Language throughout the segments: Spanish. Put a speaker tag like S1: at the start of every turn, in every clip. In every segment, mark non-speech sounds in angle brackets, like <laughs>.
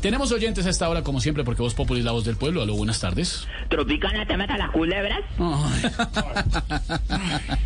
S1: Tenemos oyentes a esta hora, como siempre, porque Voz Populi es la voz del pueblo. Aló, buenas tardes.
S2: Tropicana te mata las culebras.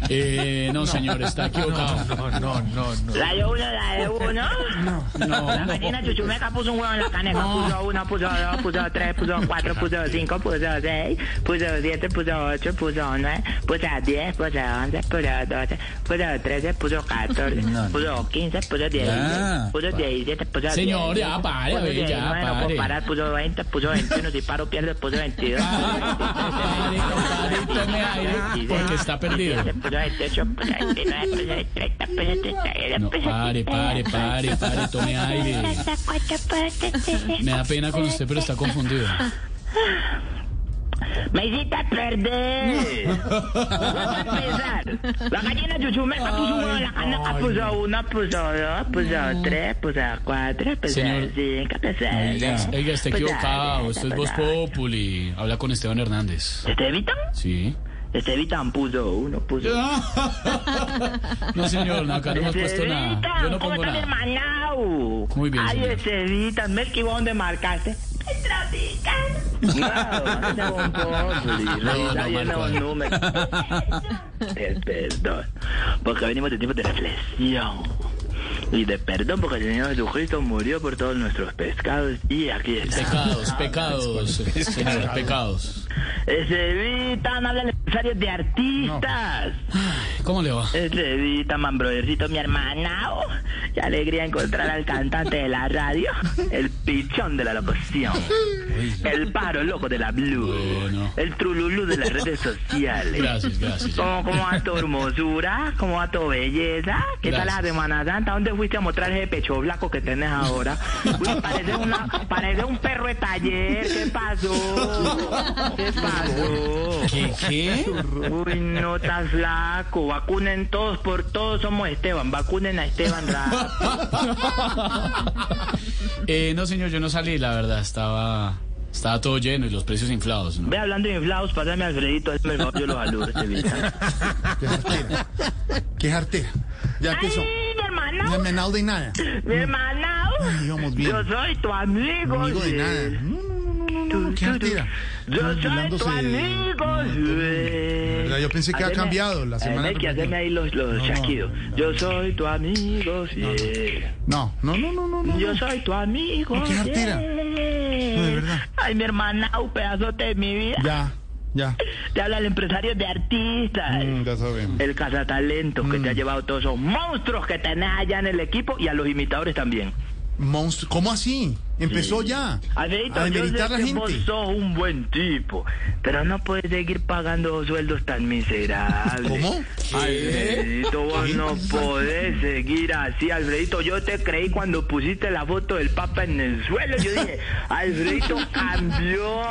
S1: Eh, no, señor, está equivocado.
S3: Ah, No, no, no, no.
S2: La de uno, la de uno. La gallina chuchumeca puso un huevo en la caneca. Puso uno, puso dos, puso tres,
S1: <laughs>
S2: puso cuatro, puso cinco, puso seis, puso siete, puso ocho, puso nueve, puso diez, puso once, puso doce, puso trece, puso catorce, puso quince, puso dieciséis, puso diecisiete, puso
S1: Señor, ya, pare, a ver, ya,
S2: No
S1: pare.
S2: puedo parar, puso veinte, puso veintiuno. Si paro, pierdo, puso veintidós.
S1: <laughs> Pare, compadre, tome aire, porque está perdido. No, pare, pare, pare, pare, tome aire. Me <laughs> da pena con usted, pero está confundido.
S2: Me hiciste
S1: <laughs>
S2: perder. Vamos a empezar. La gallina chuchumeca puso uno, la canaca puso uno, puso dos,
S1: Mm.
S2: puso tres, puso cuatro, puso
S1: Señor.
S2: cinco, puso
S1: Oiga,
S2: seis.
S1: oiga, está
S2: puso
S1: equivocado.
S2: siete,
S1: Esto es
S2: puso
S1: Voz
S2: ocho.
S1: Populi. Habla con Esteban Hernández.
S2: ¿Estevitan?
S1: Sí.
S2: Estevitan puso uno, puso
S1: Ah, No, señor, no, acá no hemos puesto nada. Yo no
S2: ¿cómo
S1: pongo
S2: estás,
S1: nada.
S2: hermanao?
S1: Muy bien,
S2: Ay,
S1: señor.
S2: Estevita, Melky, ¿dónde marcaste? No, no, un
S1: No, no,
S2: no,
S1: Marco.
S2: no, El perdón, porque venimos de tiempo de reflexión. Y de perdón, porque el Señor Jesucristo murió por todos nuestros pescados y aquí está.
S1: Pecados, pecados, señor, pecados.
S2: Estevita, Eh, no hablan empresarios de artistas.
S1: ¿Cómo le va?
S2: Estevita, man, brothercito, mi hermanao. Qué alegría encontrar al cantante de la radio, el pichón de la locución, el paro loco de la blue,
S1: Bueno.
S2: el trululú de las redes sociales. Oh,
S1: Gracias, gracias. ya.
S2: ¿Cómo, ¿Cómo va tu hermosura? ¿Cómo va tu belleza? ¿Qué tal
S1: Gracias.
S2: la Semana Santa? ¿Dónde fuiste a mostrar ese pecho blanco que tenés ahora? Uy, parece, una, parece un perro de taller. ¿Qué pasó? ¿Qué pasó?
S1: ¿Qué? ¿Qué?
S2: Uy, no estás flaco. Vacunen todos por todos. Somos Esteban. Vacunen a Esteban rápido.
S1: Eh, no, señor, yo no salí, la verdad. Estaba, estaba todo lleno y los precios inflados. ¿no?
S2: Ve hablando de inflados. Pásame a Alfredito. hazme el favor, yo lo saludo. este Estevita.
S3: <laughs> Qué jartera. Qué jartera. Ya que eso.
S2: mi
S3: No
S2: hermano.
S3: me nada de nada.
S2: Mi hermano.
S3: Íbamos Ah, bien.
S2: Yo soy tu amigo.
S3: Amigo de
S2: sí.
S3: nada. No, no, no, no, no, no. Qué jartera.
S2: Yo soy tu
S3: Burlándose de-
S2: amigo.
S3: De verdad, yo pensé que había
S2: Haceme-
S3: cambiado la semana
S2: Hay que
S3: anterior.
S2: hacerme ahí los, los
S3: no,
S2: chasquidos. Yo soy tu amigo. sí.
S3: No, no, no, no, no, no.
S2: Yo soy tu amigo.
S3: ¿Por qué artera?
S2: yeah.
S3: No, de verdad.
S2: Ay, mi hermana, un pedazote de mi vida.
S3: Ya, ya.
S2: Te habla el empresario de artistas.
S3: Mm, Ya Mm. sabemos.
S2: El cazatalentos que te ha llevado todos esos monstruos que tenés allá en el equipo y a los imitadores también.
S3: Monstruo. ¿Cómo así? Empezó ya.
S2: Alfredito,
S3: A
S2: yo sé
S3: demeritar la
S2: Ah, que vos
S3: gente.
S2: sos un buen tipo, pero no puedes seguir pagando sueldos tan miserables.
S3: ¿Cómo?
S2: Alfredito, vos no podés seguir así, Alfredito. Yo te creí cuando pusiste la foto del Papa en el suelo. Yo
S3: <laughs>
S2: dije, Alfredito cambió.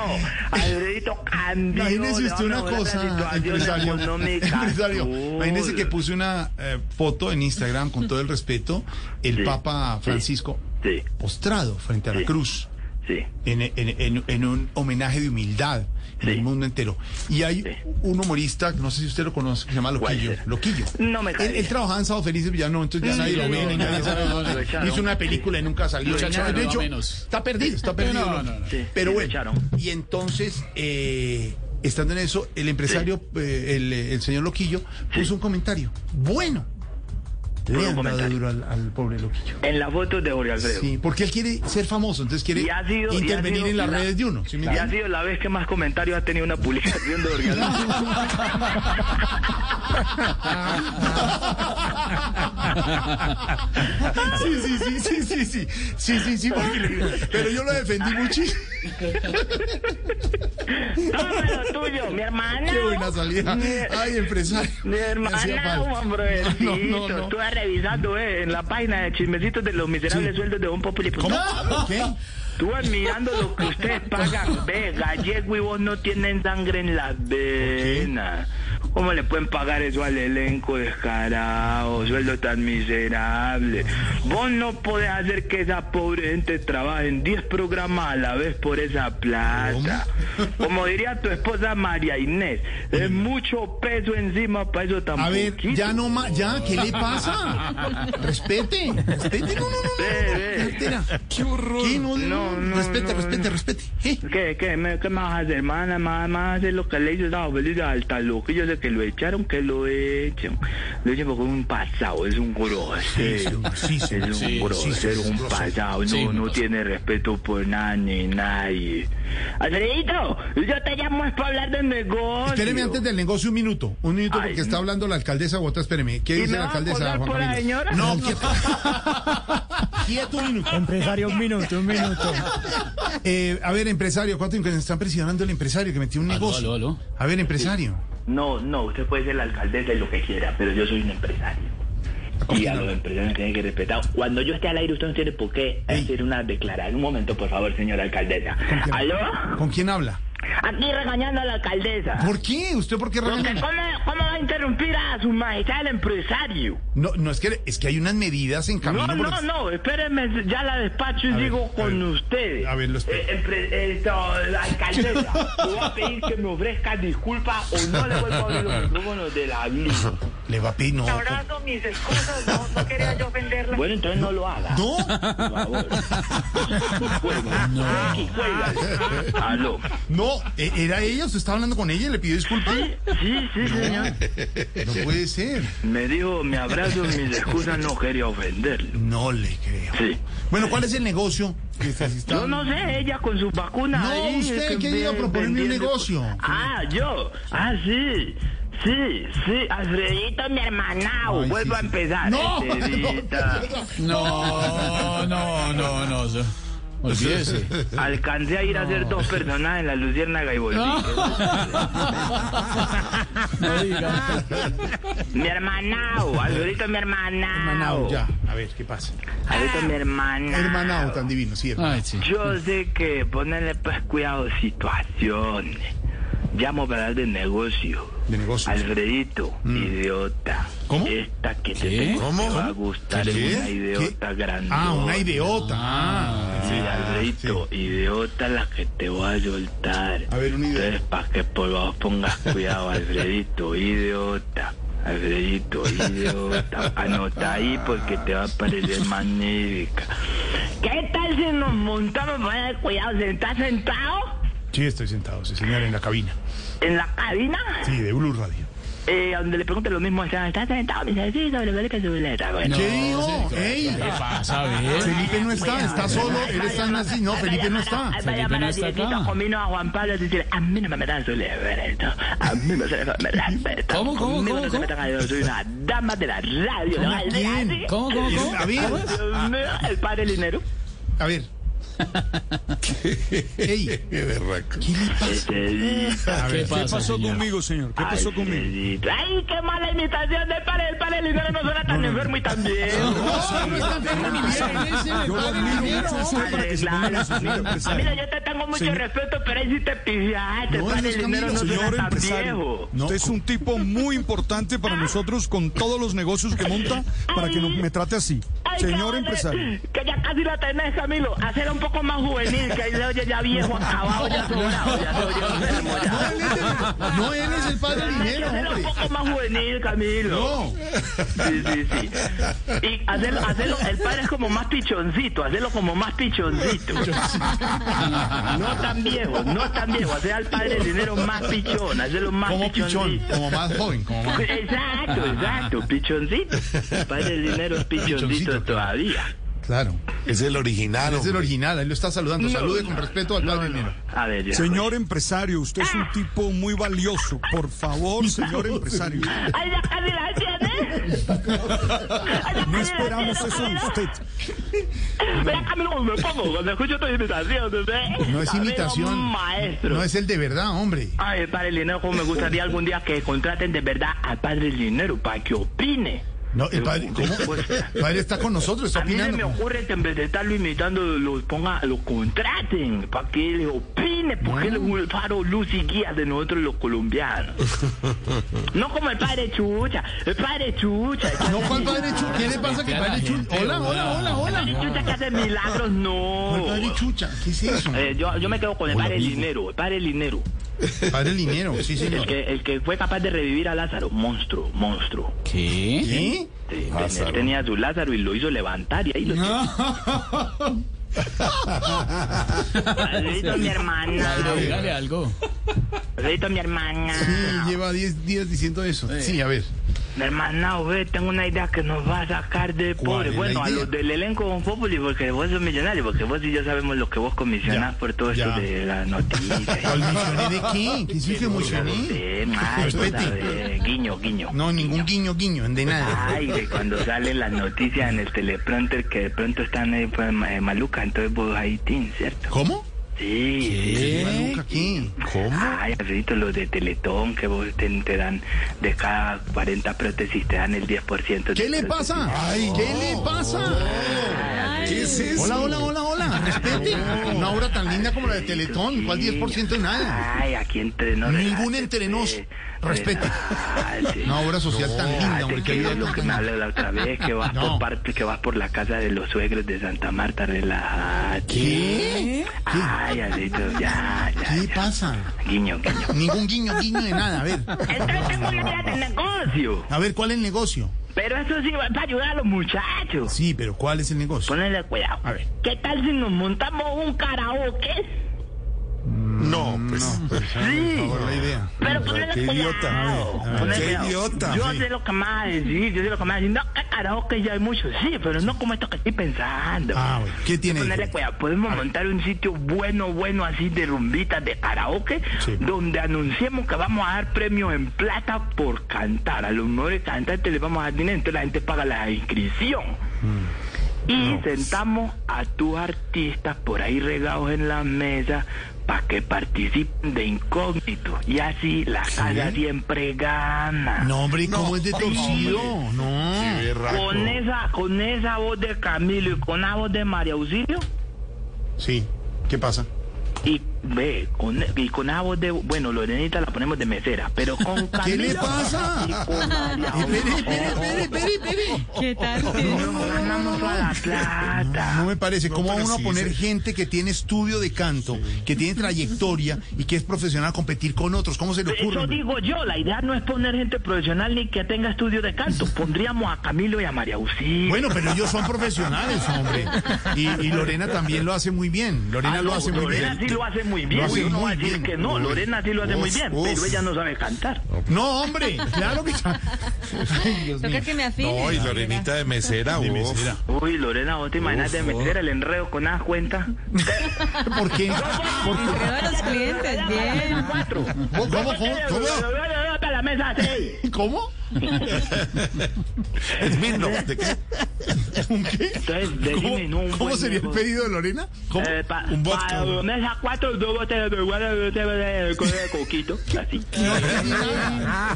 S2: Alfredito cambió.
S3: Imagínese
S2: Le
S3: usted
S2: va a
S3: una
S2: mejorar la
S3: cosa, eh,
S2: situación
S3: empresario. <laughs>
S2: económica.
S3: Empresario,
S2: Uy.
S3: imagínese que puse una eh, foto en Instagram con todo el respeto, el
S2: Sí.
S3: Papa Francisco
S2: Sí,
S3: postrado frente a la
S2: Sí.
S3: cruz.
S2: sí.
S3: en, en- en- en un homenaje de humildad en
S2: Sí.
S3: el mundo entero. Y hay
S2: Sí.
S3: un humorista, no sé si usted lo conoce, que se llama Loquillo.
S2: ¿Cuál?
S3: Loquillo.
S2: No me cae
S3: él, él
S2: bien.
S3: trabajaba en Sábado Felices Villano, entonces ya nadie
S1: no,
S3: lo ve,
S1: no,
S3: ni
S1: no,
S3: nadie
S1: no,
S3: sabe.
S1: no,
S2: lo echaron.
S3: Hizo una película y nunca salió.
S1: Lo echaron,
S3: de
S1: lo
S3: hecho,
S1: menos.
S3: está perdido, está perdido.
S1: No, no, no.
S2: Sí,
S3: Pero
S2: lo
S3: bueno,
S2: echaron.
S3: y entonces, eh, estando en eso, el empresario, eh, el, el señor Loquillo, puso un comentario. Bueno.
S2: un
S3: Le han dado
S2: comentario.
S3: duro al, al pobre Loquillo.
S2: En la foto de Jorge Alfredo.
S3: Sí, porque él quiere ser famoso, entonces quiere
S2: Y ha sido- y ha
S3: intervenir
S2: sido
S3: en las
S2: la-
S3: redes de uno. ¿sí me
S2: Y ha
S3: entiende?
S2: sido la vez que más comentarios ha tenido una publicación de
S3: <laughs>
S2: Jorge Alfredo.
S3: Sí, sí, sí, sí, sí, sí, sí, sí, sí, porque le- pero yo lo defendí muchísimo.
S2: Todo lo tuyo, mi hermana.
S3: Qué buena salida. Ay, empresario.
S2: Mi
S3: me hacía
S2: hermana,
S3: falta.
S2: hombre,
S3: No, no, no.
S2: estuve revisando eh, en la página de chismecitos de los miserables
S3: Sí.
S2: sueldos de un populi.
S3: ¿Cómo? ¿Qué?
S2: Estuve mirando lo que ustedes
S3: <laughs>
S2: pagan. Ve, gallego y vos no tienen sangre en las venas. ¿Cómo le pueden pagar eso al elenco descarado? Sueldo tan miserable. Vos no podés hacer que esa pobre gente trabaje en 10 programas a la vez por esa plata. Como diría tu esposa María Inés, es mucho peso encima para eso tan
S3: A ver,
S2: poquito.
S3: ya no más, ya, ¿qué le pasa? Respete, respete, no, no, no, no.
S2: Ve, ve,
S3: cartera.
S4: Qué horror.
S3: ¿Qué? No,
S2: No, no,
S3: respete,
S2: no,
S3: respete, respete. ¿Eh?
S2: ¿Qué, qué, me, qué más hace, hermana? Más, más hace lo que le hizo esa abuelita al taloque. Yo sé que lo echaron, que lo echen. Lo echen porque es un pasado, es un grosero.
S3: Sí, sí,
S2: Es un
S3: sí, sí, sí,
S2: grosero,
S3: sí,
S2: un
S3: grosero.
S2: pasado.
S1: Sí,
S2: No,
S1: me
S2: no
S1: pasó.
S2: tiene respeto por nada ni nadie. Alfredito, yo te llamo es para hablar de negocio.
S3: Espéreme antes del negocio un minuto, un minuto
S2: Ay,
S3: porque está
S2: no.
S3: hablando la alcaldesa Bogotá, espéreme. ¿Qué
S2: ¿Y
S3: dice
S2: me
S3: la
S2: va a
S3: alcaldesa
S2: colgar
S3: Juan
S2: por la
S3: Camilo?
S2: señora?
S3: No,
S2: No.
S3: quieto. <laughs> quieto un minuto.
S5: Empresario, un minuto, un minuto.
S3: Eh, a ver, empresario, ¿cuánto que están presionando el empresario que metió un
S1: Aló,
S3: negocio?
S1: aló, aló.
S3: A ver, empresario.
S2: No, no, usted puede ser la alcaldesa y lo que quiera, pero yo soy un empresario. Y a los empresarios tienen que respetar. Cuando yo esté al aire, usted no tiene por qué hacer una declaración. Un momento, por favor, señora alcaldesa.
S3: quién?
S2: ¿Aló?
S3: ¿Con quién habla?
S2: Aquí regañando a la alcaldesa.
S3: ¿Por qué? ¿Usted por qué
S2: Porque
S3: regaña?
S2: ¿cómo, cómo va a interrumpir a su majestad el empresario?
S3: No, no es que es que hay unas medidas en camino.
S2: No, no,
S3: porque-
S2: no, espérenme, ya la despacho y
S3: A ver,
S2: digo
S3: a
S2: con
S3: ver.
S2: ustedes.
S3: A ver, lo espero.
S2: Eh, empre- esto, la
S3: <laughs>
S2: alcaldesa, le voy a pedir que me ofrezca disculpas o no le vuelvo a abrir los micrófonos de la
S3: <laughs>
S2: vida.
S3: Le va a pedir no. pues.
S6: Abrazo, mis excusas, no, no quería yo ofenderla.
S2: Bueno, entonces no lo haga.
S3: No.
S2: Por
S3: <laughs>
S2: favor. Cuelga.
S1: No.
S2: Ricky, cuelga. Aló.
S3: No, eh, era ella, usted estaba hablando con ella y le pidió disculpas.
S2: Sí, sí, señor.
S3: No puede ser.
S2: Me dijo, me abrazo,
S3: <laughs>
S2: mis excusas, no quería ofenderlo.
S3: No le creo.
S2: Sí.
S3: Bueno, ¿cuál es el negocio? que está- si está-
S2: Yo no sé, ella con sus vacunas.
S3: No,
S2: ahí,
S3: usted,
S2: que
S3: que iba a
S2: ve-
S3: proponerme un
S2: vendiendo-
S3: negocio.
S2: Ah, yo. Ah, sí. Sí, sí, Alfredito, mi hermanao.
S3: Ay,
S2: Vuelvo
S3: sí,
S2: a
S3: sí.
S2: empezar.
S3: No, <laughs>
S2: Esterita.
S1: No, no, no, no. se- Olvídese.
S2: Alcancé a ir a hacer dos personajes en la Luciérnaga y
S3: <laughs>
S2: volví.
S1: No diga.
S2: Mi hermanao. Alfredito, mi hermanao.
S3: Hermanao, ya. A ver, ¿qué pasa?
S2: Alfredito, mi hermanao.
S3: Hermanao, tan divino, sí. hermano.
S1: Ay, sí.
S2: Yo sé que ponerle pues cuidado situaciones. Llamo para hablar de negocio.
S3: De negocio.
S2: Alfredito, idiota.
S3: ¿Cómo?
S2: Esta que
S1: ¿Qué?
S2: te tengo
S4: ¿Cómo?
S2: te va a gustar
S3: ¿Qué?
S2: es una
S3: ¿Qué?
S2: idiota grande.
S3: Ah, una ideota. Ah,
S2: Sí, Alfredito, idiota la que te voy a soltar.
S3: A ver, una idea.
S2: Entonces, para que por favor pongas
S3: <laughs>
S2: cuidado, Alfredito, idiota. Alfredito, idiota. Anota ahí porque te va a parecer magnífica. ¿Qué tal si nos montamos para el cuidado? ¿Estás sentado?
S3: Sí, estoy sentado, sí, señor, en la cabina.
S2: ¿En la cabina?
S3: Sí, de Blue Radio.
S2: Eh, donde le pregunte lo mismo, o sea, ¿estás sentado? Me dice, sí, sobre lo que se le está bueno.
S1: No,
S3: ¿Qué dijo?
S1: sí, claro.
S3: Ey.
S1: ¿Qué pasa, ve?
S3: Felipe no está, está solo, él está en así. No, Felipe no está.
S2: Ahí va a llamar
S1: no
S2: a
S1: está
S2: Dieguito
S1: acá.
S2: Comino, a Juan Pablo y decir, a mí no me metan su esto. A mí no se me metan esto.
S1: ¿Cómo, cómo,
S2: Conmigo
S1: cómo,
S2: no se
S1: cómo?
S2: metan a yo soy una dama de la radio. ¿no? Así,
S3: quién?
S2: así.
S1: ¿Cómo, cómo, cómo?
S3: A ver,
S2: Dios mío, El padre Linero.
S3: a ver. Ey,
S4: Qué berraco.
S3: ¿qué le pasa?
S2: Este, Alfredito,
S3: A
S1: ¿Qué
S3: ver,
S1: pasa, señor?
S4: señor? ¿Qué
S2: Alfredito. Ay, qué mala imitación del padre. El padre Linero no suena tan enfermo y tan bien.
S4: Yo lo admiro mucho a usted para que se ponga en la
S2: Claro,
S4: situación de empresario.
S2: Mira, yo te tengo mucho
S4: Señor-
S2: respeto, pero ahí sí te pifiaste.
S3: No,
S2: el
S3: no
S2: padre
S3: es
S2: Linero
S3: Camilo,
S2: no
S4: Señor
S2: suena tan
S4: empresario,
S2: viejo.
S3: No.
S4: usted es un tipo muy importante para nosotros con todos los negocios que monta para que no- me trate así.
S2: Ay,
S4: Señor
S2: cabrón,
S4: empresario.
S2: Que ya casi la tenés, Camilo. Hacerla un poco más juvenil, que ahí le oye ya viejo, acabado, ya sobrado, ya se oye enfermo, ya.
S3: No, él es el padre dinero,
S2: Hacerla un
S3: hombre.
S2: poco más juvenil, Camilo.
S3: No,
S2: Sí, sí, sí. Y hacerlo, hacerlo, el padre es como más pichoncito, hacerlo como más pichoncito. No tan viejo, no tan viejo. Hacer al padre el dinero más pichón, hacerlo más
S3: como pichón,
S2: pichoncito.
S3: como más joven, como más.
S2: Exacto, exacto, pichoncito. El padre el dinero es pichoncito
S3: Pichoncito.
S2: todavía.
S3: Claro,
S4: Es el original.
S3: es el original, él lo está saludando. Salude con respeto al padre dinero.
S2: A ver, ya.
S4: Señor empresario, usted es un tipo muy valioso. Por favor, señor empresario.
S6: Ay, ya casi la tienes.
S4: No esperamos eso de usted.
S2: Mira, Camilo, me pongo cuando escucho tu imitación. ¿eh?
S3: No es
S2: Camilo,
S3: imitación.
S2: Maestro.
S3: No es el de verdad, hombre.
S2: Ay, padre Linero, como me gustaría algún día que contraten de verdad al padre Linero para que opine.
S3: No, el padre, ¿cómo? El padre está con nosotros, está
S2: A mí se me
S3: opinando.
S2: ocurre que en vez de estarlo imitando, lo, ponga, lo contraten para que él opine, porque él es el faro, luz y guía de nosotros los
S3: <laughs>
S2: colombianos. no como el padre Chucha, el padre Chucha.
S3: No, ¿cuál padre Chu- ¿Qué le pasa que el padre Chucha? Hola, hola, hola,
S2: El
S3: hola.
S2: Chucha que hace milagros,
S3: ¿Cuál
S2: no.
S3: padre Chucha? ¿Qué es eso?
S2: Oh. Eh, yo, yo me quedo con el
S3: Hola,
S2: padre
S3: amigo.
S2: Linero, el padre Linero.
S3: Padre dinero, sí,
S2: El
S3: señor.
S2: que, el que fue capaz de revivir a Lázaro, monstruo, monstruo.
S1: ¿Qué?
S3: ¿Qué?
S2: Imagínate. Benet tenía a su Lázaro y lo hizo levantar y ahí lo tiene. Saludito a
S3: <laughs>
S2: mi hermana.
S1: Dígale algo.
S2: Saludito a mi hermana.
S3: Sí, lleva 10 días diciendo eso.
S2: Eh.
S3: Sí, a ver.
S2: Mi hermana, ve, tengo una idea que nos va a sacar de
S3: ¿Cuál
S2: pobre.
S3: es la
S2: Bueno, a
S3: idea?
S2: los del elenco con Populi, porque vos sos millonario, porque vos y yo sabemos lo que vos comisionás
S3: Ya,
S2: por todo
S3: ya.
S2: esto de la
S3: <laughs>
S2: noticia.
S3: ¿Al misioné de qué? ¿Qué hizo que misioné?
S2: Sí, mal, vos
S3: Respete.
S2: sabés, guiño, guiño.
S3: No, ningún guiño, guiño, de nada.
S2: Ay, de cuando salen las noticias en el teleprompter que de pronto están ahí pues, ma- eh, maluca, entonces vos ahí, tin, ¿cierto?
S3: ¿Cómo?
S2: Sí.
S3: ¿Qué? ¿Maluca qué? ¿Cómo?
S2: Ay, Alfredito, los de Teletón que vos te, te dan de cada 40 prótesis, te dan el 10%. de
S3: ¿Qué le
S2: prótesis.
S3: pasa? ¿Qué le pasa? ¿Qué es eso? Hola, hola, hola, hola. Respete. Una obra tan linda como la de Teletón. ¿Cuál 10% de nada?
S2: Ay, aquí entre nos.
S3: Ningún
S2: relájate,
S3: entre nos.
S2: eh,
S3: Respete.
S2: relájate.
S3: Una obra social tan linda,
S2: Relájate,
S3: hombre. Qué
S2: que
S3: vida
S2: es lo que
S3: tan
S2: me
S3: linda.
S2: habló la otra vez, que
S3: <laughs>
S2: vas,
S3: No.
S2: por parte, que vas por la casa de los suegros de Santa Marta, relájate.
S3: ¿Qué?
S2: Ay, Alfredito, ya, ya,
S3: ¿Qué
S2: ya.
S3: pasa?
S2: Guiño,
S3: <laughs>
S2: guiño.
S3: Ningún guiño, guiño de nada. A ver,
S2: Entonces tengo una idea de negocio,
S3: a ver, ¿cuál es el negocio?
S2: pero eso sí va para ayudar a los muchachos.
S3: Sí, pero ¿cuál es el negocio?
S2: Ponele cuidado.
S3: A ver.
S2: ¿Qué tal si nos montamos un karaoke?
S7: No,
S3: Mm,
S7: pues.
S2: Sí.
S3: Por la idea.
S2: Pero ponele
S7: qué
S2: cuidado.
S7: idiota.
S2: Ponele
S7: Qué
S2: cuidado.
S7: idiota.
S2: Yo
S7: Sí.
S2: sé lo que me va a decir, yo sé lo que me va a decir. No, que karaoke ya hay muchos. Sí, pero no como esto que estoy pensando.
S3: Ah, bueno. ¿Qué tiene?
S2: Ponele
S3: diferente?
S2: cuidado, podemos montar un sitio bueno, bueno, así de rumbitas, de karaoke,
S3: Sí.
S2: donde anunciemos que vamos a dar premios en plata por cantar. A los mejores cantantes les vamos a dar dinero, entonces la gente paga la inscripción.
S3: Mm.
S2: Y sentamos a tus artistas por ahí regados en la mesa para que participen de incógnito. Y así la casa siempre gana.
S3: No, hombre, ¿cómo es de torcido? No.
S2: Con esa, con esa voz de Camilo y con la voz de María Auxilio,
S3: Sí. ¿Qué pasa?
S2: Y ve, con, y con esa voz de. Bueno, Lorenita la ponemos de mesera, pero con Camilo.
S3: ¿Qué le pasa?
S2: Y con María
S3: Espere, <laughs> espere, espere, espere, espere.
S5: ¿Qué tal?
S2: Auxilio, ganamos toda la plata.
S3: No me parece. ¿Cómo
S7: No,
S3: va
S7: pero
S3: uno a
S7: sí,
S3: poner
S7: sí.
S3: gente que tiene estudio de canto, que tiene trayectoria y que es profesional a competir con otros? ¿Cómo se le ocurre?
S2: Eso
S3: hombre?
S2: digo yo, la idea no es poner gente profesional ni que tenga estudio de canto. Pondríamos a Camilo y a María Auxilio.
S3: Bueno, pero ellos son profesionales, hombre. Y, y Lorena también lo hace muy bien. Lorena
S2: Ah,
S3: lo
S2: no,
S3: hace muy
S2: Lorena
S3: bien.
S2: sí lo hace muy bien.
S3: hace
S2: Uy, no
S3: muy
S2: va a decir
S3: bien.
S2: que no,
S3: Uy.
S2: Lorena sí lo hace muy
S7: Uf,
S2: bien,
S7: uf.
S2: pero ella no sabe cantar.
S3: No, hombre, claro que ya. Ay, Dios mío.
S5: Toca que me afine.
S7: No, y Lorenita de mesera,
S3: De
S7: uf.
S3: mesera.
S2: Uy, Lorena, vos te imaginas de meter el enredo con las cuentas.
S3: ¿Por qué? ¿Por qué?
S5: Enredo a los clientes, bien.
S2: Cuatro.
S3: ¿Cómo? ¿Cómo? ¿Cómo?
S2: Para la mesa, seis.
S3: ¿Cómo?
S7: Es Smirnoff, ¿de qué?
S3: ¿Un qué?
S2: Entonces, decime, no,
S3: ¿Cómo,
S2: un
S3: cómo
S2: buen
S3: sería el
S2: negocio.
S3: pedido de Lorena? ¿Cómo?
S2: Eh, pa-
S7: Un vodka.
S2: Para la mesa, cuatro, dos botellas de guarda, dos botellas de co- de coquito. Así.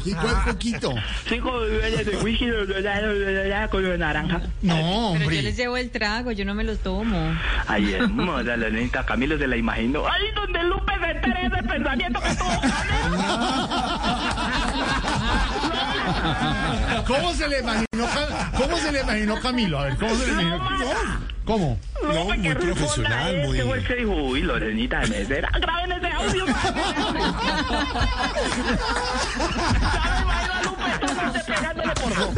S3: <laughs> ¿Y cuál poquito?
S2: Cinco botellas de whisky, dos botellas de- dos botellas de color naranja.
S3: No,
S5: Pero yo
S3: hombre.
S5: les llevo el trago, yo no me lo tomo.
S2: Ay, hermosa, la nenita Camilo se la imaginó. Ay, donde Lupe se entera ese pensamiento que tuvo Camilo.
S3: ¿Cómo se le imaginó, Cam- cómo se le imaginó Camilo? A ver, ¿cómo se le imaginó? ¿Cómo?
S2: No,
S7: No,
S2: Lupe,
S7: muy
S2: que responda
S7: profesional,
S2: este,
S7: muy-
S2: güey, que dijo, uy, Lorenita de mesera. Graben ese audio. <laughs> Ya me imagino a Lupe, Sánchez pegándole por favor.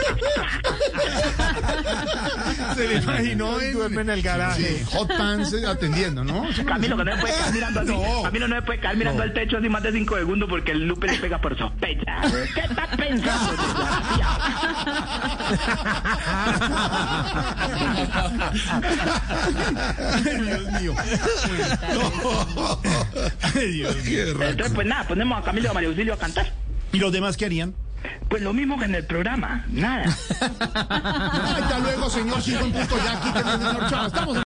S3: Se le imaginó en, el garaje. <laughs> hot pants eh, atendiendo, ¿no? Eso no-
S2: Camilo, que no se puede quedar mirando así.
S3: No.
S2: Camilo no se puede quedar mirando al techo así más de 5 segundos porque el Lupe le pega por sospecha. ¿Qué estás pensando, desgraciado?
S3: Ay, Dios mío. Ay, Dios mío.
S7: Qué raro.
S2: Entonces, pues nada, ponemos a Camilo y a María Auxilio a cantar.
S3: ¿Y los demás qué harían?
S2: Pues lo mismo que en el programa, nada.
S3: Hasta luego, señor. Cinco en punto ya aquí, que no, no, no, chao. Estamos